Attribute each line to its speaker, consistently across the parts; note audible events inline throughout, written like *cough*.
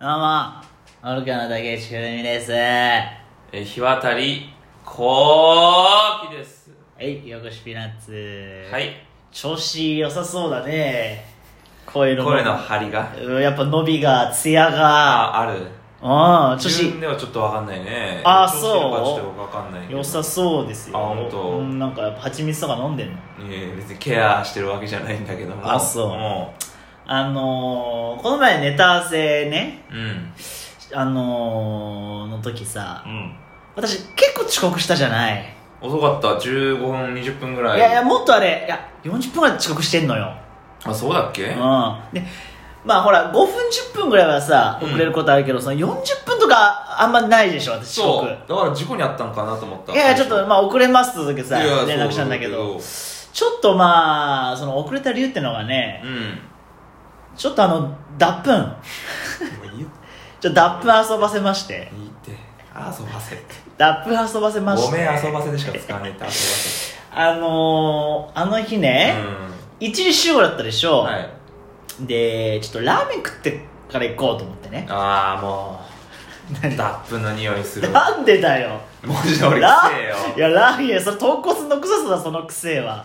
Speaker 1: どうも、オルカの竹内くるみです。は
Speaker 2: えー、日渡りこーきです
Speaker 1: い、よこしピーナッツ。
Speaker 2: はい。
Speaker 1: 調子良さそうだね。声の。
Speaker 2: 声の張りが
Speaker 1: うんやっぱ伸びが、ツヤが。
Speaker 2: あある
Speaker 1: うん、調
Speaker 2: 自分
Speaker 1: 子
Speaker 2: ではちょっとわかんないね
Speaker 1: あー
Speaker 2: 調子いいのか
Speaker 1: そう
Speaker 2: ちょっとわかんないけど
Speaker 1: 良さそうですよ。
Speaker 2: あほんと
Speaker 1: うん、なんかやっぱ蜂蜜とか飲んでんの。
Speaker 2: いやいや別にケアしてるわけじゃないんだけども
Speaker 1: あそう
Speaker 2: も
Speaker 1: あのー、この前ネタ合わせね、
Speaker 2: ううん
Speaker 1: あのー、の時さ
Speaker 2: う、ん
Speaker 1: 私結構遅刻したじゃない。
Speaker 2: 遅かった15分20分ぐらい
Speaker 1: いやいや、もっとあれ、いや、40分ぐらい遅刻してんのよ。
Speaker 2: あそうだっけ
Speaker 1: うん。で、まあほら、5分、10分ぐらいはさ、
Speaker 2: うん
Speaker 1: 遅れることあるけど、その40分とかあんまないでしょ、私遅
Speaker 2: そう
Speaker 1: 刻。
Speaker 2: だから事故にあったのかなと思った
Speaker 1: いやいや、ちょっと、まあ遅れますとだけさ、
Speaker 2: いや
Speaker 1: 連絡したんだけ
Speaker 2: そう
Speaker 1: ど、
Speaker 2: だ
Speaker 1: ちょっとまあ、その遅れた理由ってのがね
Speaker 2: け、どうん
Speaker 1: ちょっとあの、脱粉。
Speaker 2: もういいよ
Speaker 1: ちょっと脱粉遊ばせまして。
Speaker 2: いい
Speaker 1: *laughs*
Speaker 2: って遊ばせ
Speaker 1: 脱粉遊ばせまして。
Speaker 2: ごめん遊ばせでしか使わないって遊ばせ
Speaker 1: あのー、あの日ね、
Speaker 2: う
Speaker 1: 1時集合だったでしょ、
Speaker 2: んはい
Speaker 1: で、ちょっとラーメン食ってから行こうと思ってね。
Speaker 2: ああもうダップの匂いするマ
Speaker 1: なんでだよ
Speaker 2: ジで俺く
Speaker 1: ラ
Speaker 2: せえよ
Speaker 1: いやラーメンそれ豚骨の臭さだその癖は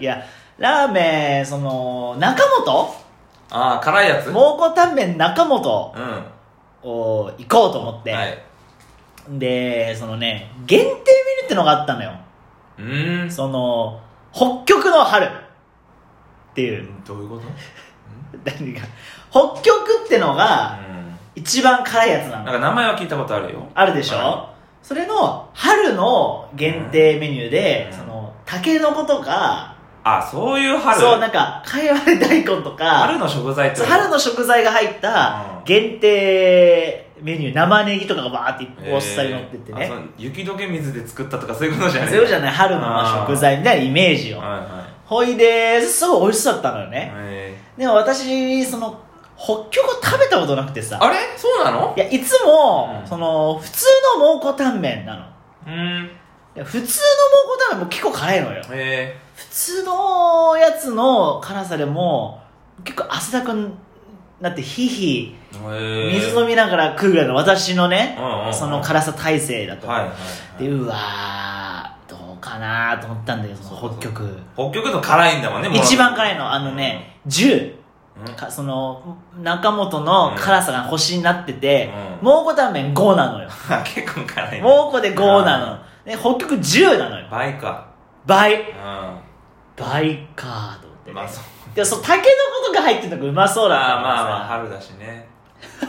Speaker 1: いやラーメンその中本
Speaker 2: ああ辛いやつ
Speaker 1: 蒙古タンメン中本
Speaker 2: うんは
Speaker 1: を行こうと思って、
Speaker 2: い
Speaker 1: でそのね限定メニューってのがあったのよ
Speaker 2: うーん
Speaker 1: その北極の春っていう
Speaker 2: どういうこと
Speaker 1: 何が北極ってのが
Speaker 2: うん
Speaker 1: 一番辛いやつな
Speaker 2: なん
Speaker 1: の
Speaker 2: か名前は聞いたことあるよ
Speaker 1: あるでしょ、
Speaker 2: は
Speaker 1: それの春の限定メニューで、
Speaker 2: うん
Speaker 1: そのタケノコとか
Speaker 2: あそういう春
Speaker 1: そうなんかかいわれ大根とか
Speaker 2: 春の食材って
Speaker 1: そう春の食材が入った
Speaker 2: うん
Speaker 1: 限定メニュー生ネギとかがバーって
Speaker 2: えー
Speaker 1: おっさり乗ってって
Speaker 2: あそ
Speaker 1: ね
Speaker 2: う雪解け水で作ったとかそういうことじゃない
Speaker 1: そういうことじゃない春のまあ
Speaker 2: あー
Speaker 1: 食材みたいなイメージよ
Speaker 2: はいはい
Speaker 1: ほいですごい美味しそうだったのよね
Speaker 2: え
Speaker 1: でも私その北極を食べたことなくて
Speaker 2: ー
Speaker 1: さ
Speaker 2: あれそうなの
Speaker 1: いやいつも
Speaker 2: うん
Speaker 1: その普通の蒙古タンメンなの
Speaker 2: うーん
Speaker 1: いや普通の蒙古タンメンも結構辛いのよ
Speaker 2: え
Speaker 1: 普通のやつの辛さでも結構汗だくになってヒーヒー
Speaker 2: ーえー
Speaker 1: 水飲みながら食うぐらいの私のね、
Speaker 2: うんうんうん
Speaker 1: その辛さ体制だと、
Speaker 2: はいはいはい
Speaker 1: でうわーどうかなーと思ったんだけどそ
Speaker 2: そう
Speaker 1: の
Speaker 2: そう
Speaker 1: 北極
Speaker 2: 北極の辛いんだもんねもう
Speaker 1: 一番辛いのあの
Speaker 2: *laughs*
Speaker 1: ね、10
Speaker 2: うん
Speaker 1: かその中本の辛さが星になってて、
Speaker 2: うん
Speaker 1: 蒙古タンメン5なのよ
Speaker 2: 結構辛いね
Speaker 1: 蒙古で5なので北極10なのよ
Speaker 2: *laughs* 倍か
Speaker 1: 倍
Speaker 2: うん
Speaker 1: 倍かーと思って、ね
Speaker 2: まあそう
Speaker 1: でもそのタケノコとか入ってるのがうまそうだったか
Speaker 2: まあ
Speaker 1: ら
Speaker 2: まあ
Speaker 1: さ
Speaker 2: まあ春だしね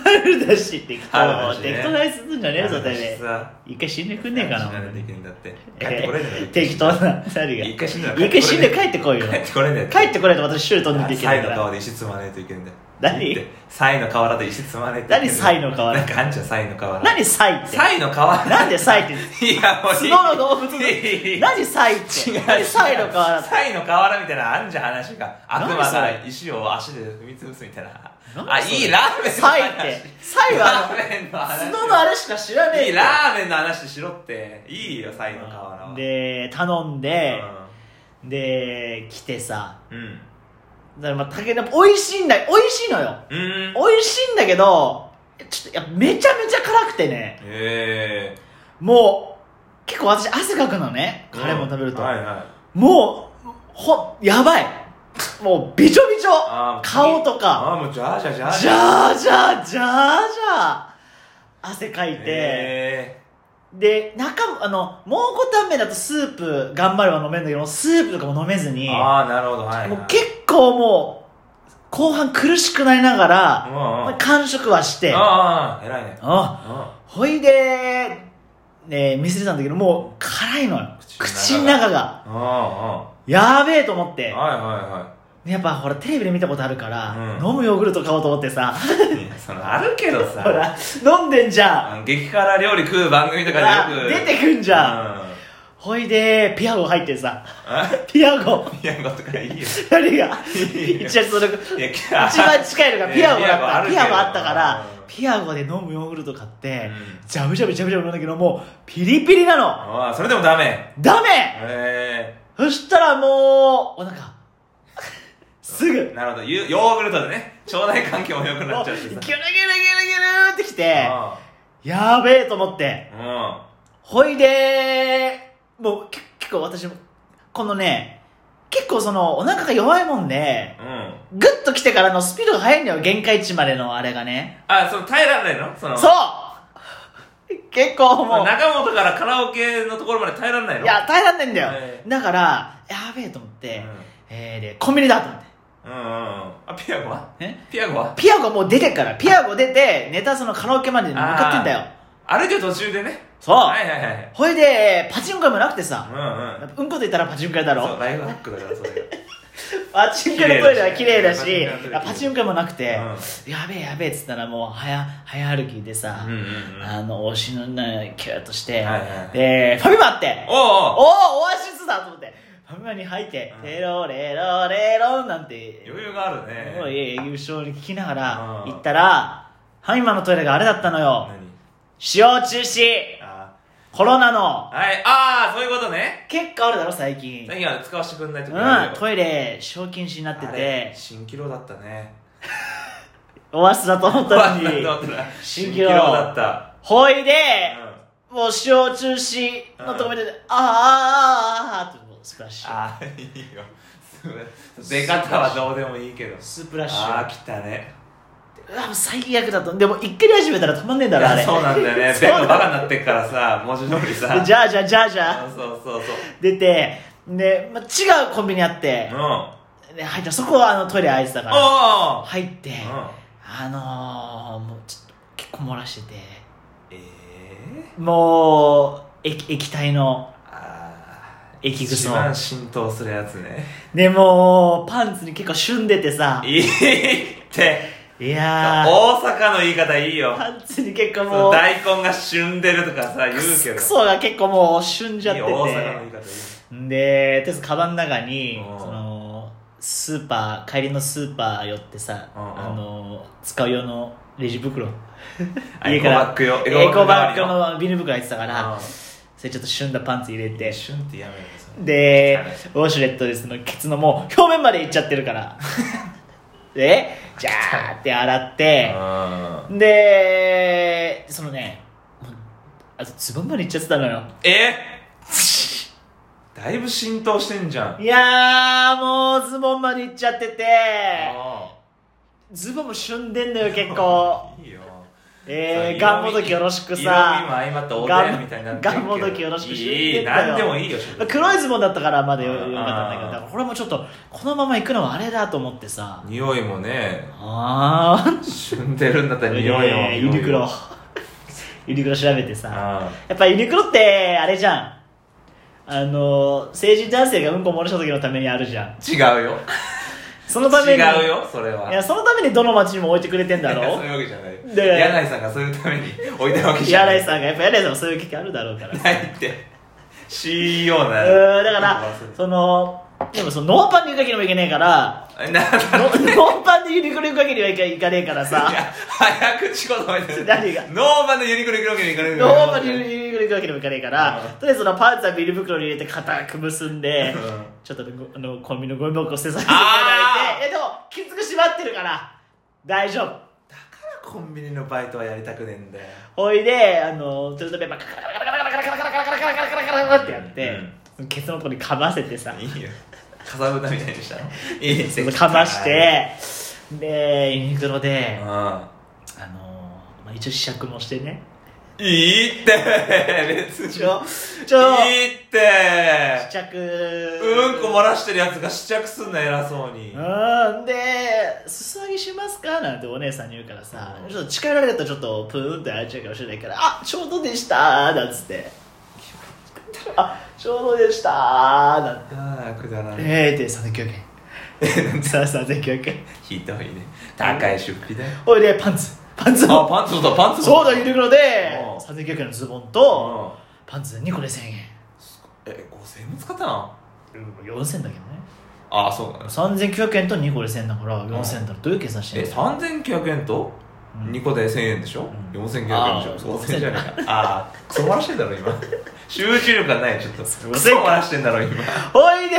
Speaker 1: 春だし適当
Speaker 2: 春だしね
Speaker 1: 適当なやつすんじゃねえぞてめえ
Speaker 2: さ
Speaker 1: 一回死んでくんねえかな
Speaker 2: 死んできんだって帰ってこれねえんだよ
Speaker 1: 適当な何が
Speaker 2: 一回死んだら
Speaker 1: 一回死んで帰ってこいよ
Speaker 2: *laughs* 帰ってこれねえんだ
Speaker 1: 帰ってこないと私シュート飛んでいけ
Speaker 2: サ
Speaker 1: ない
Speaker 2: イ
Speaker 1: か
Speaker 2: の
Speaker 1: ら
Speaker 2: 川で石積まねえといけんだよ
Speaker 1: 何
Speaker 2: ってサイの河原で石積まねえといけんだよ
Speaker 1: 何サイの河原
Speaker 2: なんかあんじゃんサイの河原
Speaker 1: 何サイって
Speaker 2: サイの河原
Speaker 1: なんでサイって
Speaker 2: いやもうい
Speaker 1: *laughs*
Speaker 2: い
Speaker 1: 角の動物の
Speaker 2: いい
Speaker 1: 何サイっ
Speaker 2: 違う
Speaker 1: て何サイの河原って
Speaker 2: サイの河原みたいなのあんじゃん話が悪魔
Speaker 1: 何それ
Speaker 2: が石を足で踏み潰すみたいなあ
Speaker 1: 何それ
Speaker 2: いいラーメンの話
Speaker 1: サイってサイは
Speaker 2: ラーメンの
Speaker 1: あ
Speaker 2: 話
Speaker 1: の角のあれしか知らねえ
Speaker 2: いい
Speaker 1: よ
Speaker 2: ラーメンの話しろっていいよサイの河原は
Speaker 1: で頼んでで来てさ
Speaker 2: うんうん
Speaker 1: だからまあ竹の美味しいんだ美味しいのよ
Speaker 2: うん
Speaker 1: 美味しいんだけどちょっとやっぱめちゃめちゃ辛くてね
Speaker 2: ええ
Speaker 1: もう結構私汗かくのねカレーも食べると、
Speaker 2: はいはい
Speaker 1: もうほやばいもうびちょびちょ
Speaker 2: あーもう
Speaker 1: 顔とか
Speaker 2: ああもうじゃあじゃあじゃあ
Speaker 1: じゃあじゃあじゃあじゃあ汗かいて、
Speaker 2: え
Speaker 1: で中あの蒙古タンメンだとスープ頑張れば飲めるんだけどスープとかも飲めずに
Speaker 2: え
Speaker 1: も
Speaker 2: ああなるほどはい、はいう
Speaker 1: 結構もう後半苦しくなりなが
Speaker 2: うん
Speaker 1: ら、
Speaker 2: うん
Speaker 1: まあ完食はして
Speaker 2: ああ偉いね
Speaker 1: あ
Speaker 2: う
Speaker 1: ほいで、ね、見せてたんだけどもう辛いのよ口
Speaker 2: 口
Speaker 1: の
Speaker 2: の中が
Speaker 1: 中が
Speaker 2: んうんうんは
Speaker 1: やべえと思っ
Speaker 2: い
Speaker 1: て
Speaker 2: は
Speaker 1: やっぱほらテレビで見たことあるから、
Speaker 2: うん
Speaker 1: 飲むヨーグルト買おうと思ってさ
Speaker 2: いはいいやそのあるけど
Speaker 1: ほ
Speaker 2: さ
Speaker 1: ら飲んでんじゃん
Speaker 2: あの激辛料理食う番組とかでよ
Speaker 1: 出
Speaker 2: く
Speaker 1: てくんじゃん、ほいでピアゴ入ってさピアゴ
Speaker 2: うんいやことかいいよ
Speaker 1: 何が
Speaker 2: い
Speaker 1: 一応その
Speaker 2: いや一
Speaker 1: *laughs* 一番近いのが
Speaker 2: *laughs*
Speaker 1: ピアゴだった、ピア
Speaker 2: ねピア
Speaker 1: ゴ
Speaker 2: ゴ
Speaker 1: あ
Speaker 2: あるけど
Speaker 1: ったから
Speaker 2: うん
Speaker 1: ピアゴで飲むヨーグルト買って、
Speaker 2: うん
Speaker 1: ジャブジャブジャブジャブ飲んだけどもうピリピリなの
Speaker 2: ああそれでもダメ
Speaker 1: ダメ
Speaker 2: え
Speaker 1: そしたらもうお腹すぐ
Speaker 2: なるほどゆヨーグルトでね腸内環境も良くなっちゃって
Speaker 1: ギュルギュルギュルギ
Speaker 2: さ
Speaker 1: ュルってきて、
Speaker 2: う
Speaker 1: やべえと思って。
Speaker 2: んうん
Speaker 1: ほいで、もうけ結構私も、このね、結構そのお腹が弱いもんで、
Speaker 2: うん
Speaker 1: グッと来てからのスピードが速いんだよ、限界値までのあれがね。
Speaker 2: あその耐えられないのその
Speaker 1: そう結構もう、
Speaker 2: 中本からカラオケのところまで耐えられないの
Speaker 1: いや、耐えらんないんだよ。
Speaker 2: え
Speaker 1: だから、やべえと思っ
Speaker 2: う
Speaker 1: て、
Speaker 2: ん
Speaker 1: えー、で、コンビニだと思って。
Speaker 2: うんうんうんあピアゴは
Speaker 1: え
Speaker 2: ピアゴは
Speaker 1: ピアゴもう出てから、ピアゴ出て、ネタそのカラオケまで向かってんだよ。
Speaker 2: 歩いてる途中でね
Speaker 1: そう、
Speaker 2: はいはいはい
Speaker 1: ほいで、パチンコ屋もなくてさ、
Speaker 2: うんう
Speaker 1: や
Speaker 2: ん
Speaker 1: っぱうんこと言ったらパチンコ屋だ
Speaker 2: そう
Speaker 1: ろ
Speaker 2: ライフハックだからそれが
Speaker 1: *laughs* パチンコ屋のトイレは綺麗だし
Speaker 2: 綺麗だし
Speaker 1: あパチンコ屋もなくて、
Speaker 2: うん
Speaker 1: やべえやべえっつったらもう早早歩きでさ、
Speaker 2: うんうんうん
Speaker 1: あのおしのなキューッとして、
Speaker 2: はいはい
Speaker 1: でファミマあってお
Speaker 2: おうおう
Speaker 1: おオアシスだと思ってファミマに入って「
Speaker 2: うん
Speaker 1: レロレロレロ」なんて
Speaker 2: 余裕があるね
Speaker 1: もういい後ろに聞きながら
Speaker 2: うん
Speaker 1: 行ったらファミマのトイレがあれだったのよ
Speaker 2: 何
Speaker 1: 使用中止
Speaker 2: あ
Speaker 1: コロナの
Speaker 2: はいああそういうことね
Speaker 1: 結構あるだろ最近
Speaker 2: 何が使わせてくれないと
Speaker 1: うん、トイレ、賞金死になって
Speaker 2: あれ
Speaker 1: て、
Speaker 2: 蜃気楼だったね
Speaker 1: オアシスだと思ったの
Speaker 2: *laughs*
Speaker 1: に、
Speaker 2: 蜃
Speaker 1: 蜃
Speaker 2: 気
Speaker 1: 気
Speaker 2: 楼
Speaker 1: 楼
Speaker 2: だった
Speaker 1: ほいで、
Speaker 2: うん
Speaker 1: もう使用中止のとこ見てて、あーあーあーあーあーって、もうスプラッシュ。
Speaker 2: あーいいよす出方はどうでもいいけど
Speaker 1: スプラッシ
Speaker 2: あ
Speaker 1: ュ。
Speaker 2: あ来たね
Speaker 1: うわ、もう最悪だと。でも、一回始めたら止まんねえんだろ、あ
Speaker 2: い
Speaker 1: れ。
Speaker 2: やそうなんだよね
Speaker 1: そう
Speaker 2: 全部
Speaker 1: なんだ
Speaker 2: バカになってっからさ文字
Speaker 1: *laughs*
Speaker 2: 通りさ
Speaker 1: でじゃあじゃあじゃあじゃあ、
Speaker 2: そうそうそう
Speaker 1: 出て、で、まあ、違うコンビニあって
Speaker 2: うん、お
Speaker 1: で入ったそこはあのトイレ空いてたから、
Speaker 2: お
Speaker 1: 入って、
Speaker 2: うん
Speaker 1: あのー、もうちょっと結構漏らしてて、
Speaker 2: ええ
Speaker 1: もう、液液体の、
Speaker 2: あー
Speaker 1: 液ぐそ
Speaker 2: 一番浸透するやつね
Speaker 1: でもうパンツに結構旬出てさ
Speaker 2: いいって
Speaker 1: いやー
Speaker 2: 大阪の言い方いいよ
Speaker 1: パンツに結構
Speaker 2: そ
Speaker 1: も
Speaker 2: の
Speaker 1: う
Speaker 2: 大根が旬でるとかさ言うけど
Speaker 1: クソが結構もう旬じゃっ
Speaker 2: い
Speaker 1: て
Speaker 2: い
Speaker 1: て
Speaker 2: よ大阪の言い方いい
Speaker 1: でとりあえずカバンの中に
Speaker 2: うん
Speaker 1: そのスーパー帰りのスーパー寄ってさ
Speaker 2: うんうん
Speaker 1: あの使う用のレジ袋
Speaker 2: あ
Speaker 1: 家
Speaker 2: エコ
Speaker 1: から
Speaker 2: バッグよ
Speaker 1: エコバッグ
Speaker 2: っ
Speaker 1: のビニール袋入ってたか
Speaker 2: た
Speaker 1: らそれちょっと旬なパンツ入れて
Speaker 2: 旬ってやめろよそれ
Speaker 1: で、ウォシュレットでそのケツのもう表面までいっちゃってるから *laughs* でジャーって洗って
Speaker 2: うん
Speaker 1: でそのねもうあとズボンまでいっちゃってたのよ
Speaker 2: えだいぶ浸透してんじゃん
Speaker 1: いやーもうズボンまでいっちゃっててズボンも旬でんのよ結
Speaker 2: *laughs*
Speaker 1: 構
Speaker 2: いいよ
Speaker 1: えー、
Speaker 2: さあ
Speaker 1: ガンモドキよろしく
Speaker 2: 色味も
Speaker 1: さ
Speaker 2: 相まったおでんみたいになってるけ
Speaker 1: ガ
Speaker 2: ど
Speaker 1: ンガンモドキよろしく
Speaker 2: いい何でもいいよ
Speaker 1: 黒いズボンだったからまだよよかったんだけ
Speaker 2: あ
Speaker 1: ど
Speaker 2: ー
Speaker 1: だからこれもちょっとこのまま行くのはあれだと思ってさ
Speaker 2: 匂いもね
Speaker 1: ああ
Speaker 2: 旬でるんだったら匂いも
Speaker 1: ユニクロ *laughs* ユニクロ調べてさ
Speaker 2: あ
Speaker 1: やっぱユニクロってあれじゃんあの成人男性がうんこ漏らした時のためにあるじゃん
Speaker 2: 違うよ
Speaker 1: そのために
Speaker 2: 違うよそれはい
Speaker 1: やそのためにどの町にも置いてくれてんだ
Speaker 2: いや *laughs* そ
Speaker 1: ろ
Speaker 2: ういうわけじゃない
Speaker 1: だから
Speaker 2: 柳井さんがそういうために置いたわけじゃない
Speaker 1: 柳井さんがやっぱ柳井さんもそういう経験あるだろうから
Speaker 2: *laughs*
Speaker 1: う
Speaker 2: ないって CEO な
Speaker 1: ーんだからそのでもそのノーパンで行かなきゃいけないから
Speaker 2: *laughs*
Speaker 1: ノ
Speaker 2: な
Speaker 1: ノーパンでユニクロ行くわけにはいかいかねえから
Speaker 2: い
Speaker 1: さ
Speaker 2: や早口言葉で
Speaker 1: 何が
Speaker 2: ノーマンでユニクロ行くわけにいかない
Speaker 1: ノーパンでユニクロ行くわけにもいかねえから
Speaker 2: うん
Speaker 1: とりあえずそのパンツはビニール袋に入れて固く結んで
Speaker 2: うん
Speaker 1: ちょっとねごあのコンビニのゴミ箱を捨てさせていた
Speaker 2: あ
Speaker 1: だ
Speaker 2: ー
Speaker 1: いていやでもきつく縛ってるから大丈夫
Speaker 2: コンビニのバイトはやりたくねえんだよ
Speaker 1: ほいであのトイレットペーパーカラカラカラカラカラカラカラカラカラカラカラカラカラってやって、ケツの子にかませてさ
Speaker 2: いいよかさぶたみたいに
Speaker 1: *laughs*
Speaker 2: したのいい
Speaker 1: そのかましてでユニクロであの、まあ、一応試着もしてね
Speaker 2: うんいいって別に
Speaker 1: ちょちょ
Speaker 2: いいって
Speaker 1: 試着
Speaker 2: うんこ漏
Speaker 1: ら
Speaker 2: らしてるやつが試着すんの偉そうに
Speaker 1: うんで「すす上げしますか?」なんてお姉さんに言うからさ
Speaker 2: うん
Speaker 1: ちょっと近寄られるとちょっとプーンって開いちゃうかもしれないから「あちょうどでした」なんつって「あちょうどでした」なんて
Speaker 2: ああくだらない
Speaker 1: えーって3900円3900円
Speaker 2: ひどいね高い出費だよ
Speaker 1: おいでパンツパンツ
Speaker 2: あ
Speaker 1: も
Speaker 2: パンツだパンツ
Speaker 1: そうだユニクロで
Speaker 2: うん
Speaker 1: 3900円のズボン
Speaker 2: う
Speaker 1: と
Speaker 2: ん
Speaker 1: パンツ2個で1000円
Speaker 2: え5000円も使ったな
Speaker 1: うん4000だけどね
Speaker 2: ああそうなの
Speaker 1: 3900円と2個で1000円だから4000円だろどういう計算して
Speaker 2: え
Speaker 1: んの
Speaker 2: 3900円と
Speaker 1: うん
Speaker 2: 2個で1000円でしょ、
Speaker 1: ん
Speaker 2: 4900円でしょ
Speaker 1: あー
Speaker 2: 5000円じゃないかああークソ漏らしてんだ
Speaker 1: *laughs*
Speaker 2: ろ今集中力がないちょっとクソ
Speaker 1: 5000か
Speaker 2: 漏らしてんだろ今
Speaker 1: おい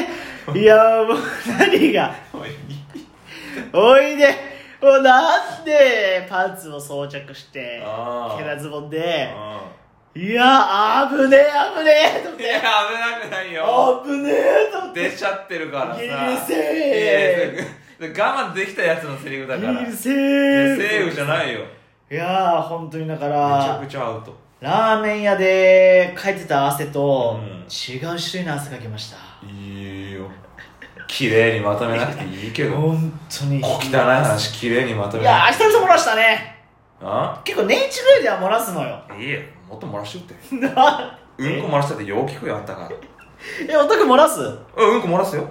Speaker 1: でいやーもう何が
Speaker 2: おい
Speaker 1: おいでもうなんでパンツを装着して
Speaker 2: *laughs* あー
Speaker 1: 毛なズボン
Speaker 2: うん
Speaker 1: でいや危ねえ危ねえと思っ
Speaker 2: い
Speaker 1: て
Speaker 2: や危なくないよ
Speaker 1: 危ねえと思って
Speaker 2: 出ちゃってるからさ
Speaker 1: 許
Speaker 2: い
Speaker 1: せ
Speaker 2: やそれ我慢できたやつのセリフだから
Speaker 1: 許
Speaker 2: セ
Speaker 1: せえ
Speaker 2: ーフじゃないよめ
Speaker 1: い
Speaker 2: ち
Speaker 1: やー本当にだか
Speaker 2: ゃ
Speaker 1: ら
Speaker 2: くちゃアウト
Speaker 1: ラーメン屋でかいてた汗と、
Speaker 2: うん
Speaker 1: 違う種類の汗かけました
Speaker 2: いいよ綺麗にまとめなくていいけど
Speaker 1: 本当に
Speaker 2: 小汚い話綺麗にまと
Speaker 1: い
Speaker 2: め
Speaker 1: や
Speaker 2: な
Speaker 1: ー久々漏らしたね
Speaker 2: あ
Speaker 1: 結構年一ぐらいでは漏らすのよ
Speaker 2: いいよもっと漏らしてって
Speaker 1: な
Speaker 2: うんこ漏らしたってよう聞くよあったから
Speaker 1: えおたく漏らすう
Speaker 2: うんうんこ漏らすよ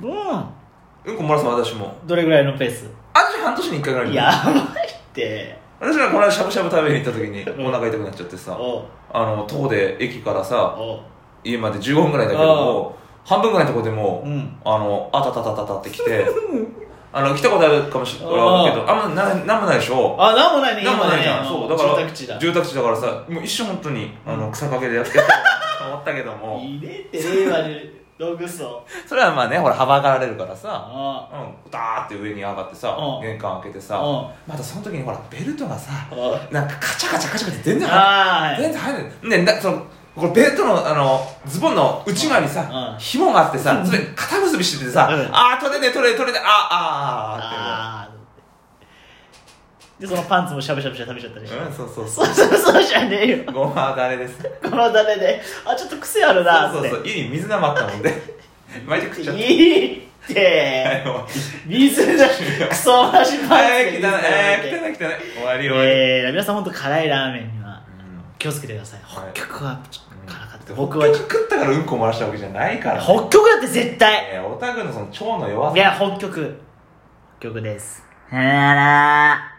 Speaker 1: ん
Speaker 2: うんこ漏らす私も
Speaker 1: どれぐらいのペース
Speaker 2: 私半年に1回ぐらい
Speaker 1: やばいって
Speaker 2: 私がこの間しゃぶしゃぶ食べに行った時にお腹痛くなっちゃってさ
Speaker 1: おう
Speaker 2: あの徒歩で駅からさ
Speaker 1: おう
Speaker 2: 家まで15分ぐらいだけども半分ぐらいのとこでもう
Speaker 1: うん
Speaker 2: あのあたたたたたって来てあの来たことあるかもしれないけどあんまななんもないでしょ
Speaker 1: あなんもないね
Speaker 2: なんもないじゃ
Speaker 1: 今
Speaker 2: ん、
Speaker 1: ね
Speaker 2: そうだか
Speaker 1: 住
Speaker 2: ら
Speaker 1: 宅地だ
Speaker 2: 住宅地だからさもう一瞬本当にあの草陰でやってたと思ったけども
Speaker 1: 入れて令和にログソ
Speaker 2: それはまあねほらはばかられるからさ
Speaker 1: あ
Speaker 2: うんダーって上に上がってさ
Speaker 1: うん
Speaker 2: 玄関開けて
Speaker 1: あ
Speaker 2: さまたその時にほらベルトがさ
Speaker 1: あ
Speaker 2: なんかカチャカチャカチャって全然入らない
Speaker 1: あーはい
Speaker 2: 全然入らないねだそのこれベルトのあのズボンの内側に
Speaker 1: う
Speaker 2: さ
Speaker 1: ん
Speaker 2: 紐があってさそれ肩結びしててさ
Speaker 1: うん
Speaker 2: あー取れねえ取れねえ取れねえあーあーあーっ
Speaker 1: あーでそのパンツもしゃぶしゃぶして食べちゃったりしてて、
Speaker 2: うんそうそうそ
Speaker 1: そううそうそうじゃねえよ
Speaker 2: ごまだれです
Speaker 1: このダメであちょっと癖あるなー
Speaker 2: そ
Speaker 1: っ
Speaker 2: う
Speaker 1: て
Speaker 2: そうそう家に水溜まったもんで毎日食っちゃっ
Speaker 1: い
Speaker 2: た
Speaker 1: い
Speaker 2: *laughs*
Speaker 1: って水だクソマジパン
Speaker 2: え
Speaker 1: ツで水
Speaker 2: ー、汚い
Speaker 1: だら
Speaker 2: え
Speaker 1: け
Speaker 2: ー、汚い汚い終わり終わり、
Speaker 1: えー、皆さん本当辛いラーメンには
Speaker 2: うん
Speaker 1: 気をつけてください
Speaker 2: はい
Speaker 1: 北極はちょっと辛かった、僕
Speaker 2: 僕
Speaker 1: は
Speaker 2: は食ったからうんこ漏らしたわけじゃないから、
Speaker 1: 北極だって絶対
Speaker 2: えー、オタクのその腸の弱
Speaker 1: い
Speaker 2: さ
Speaker 1: や北極北極ですはらー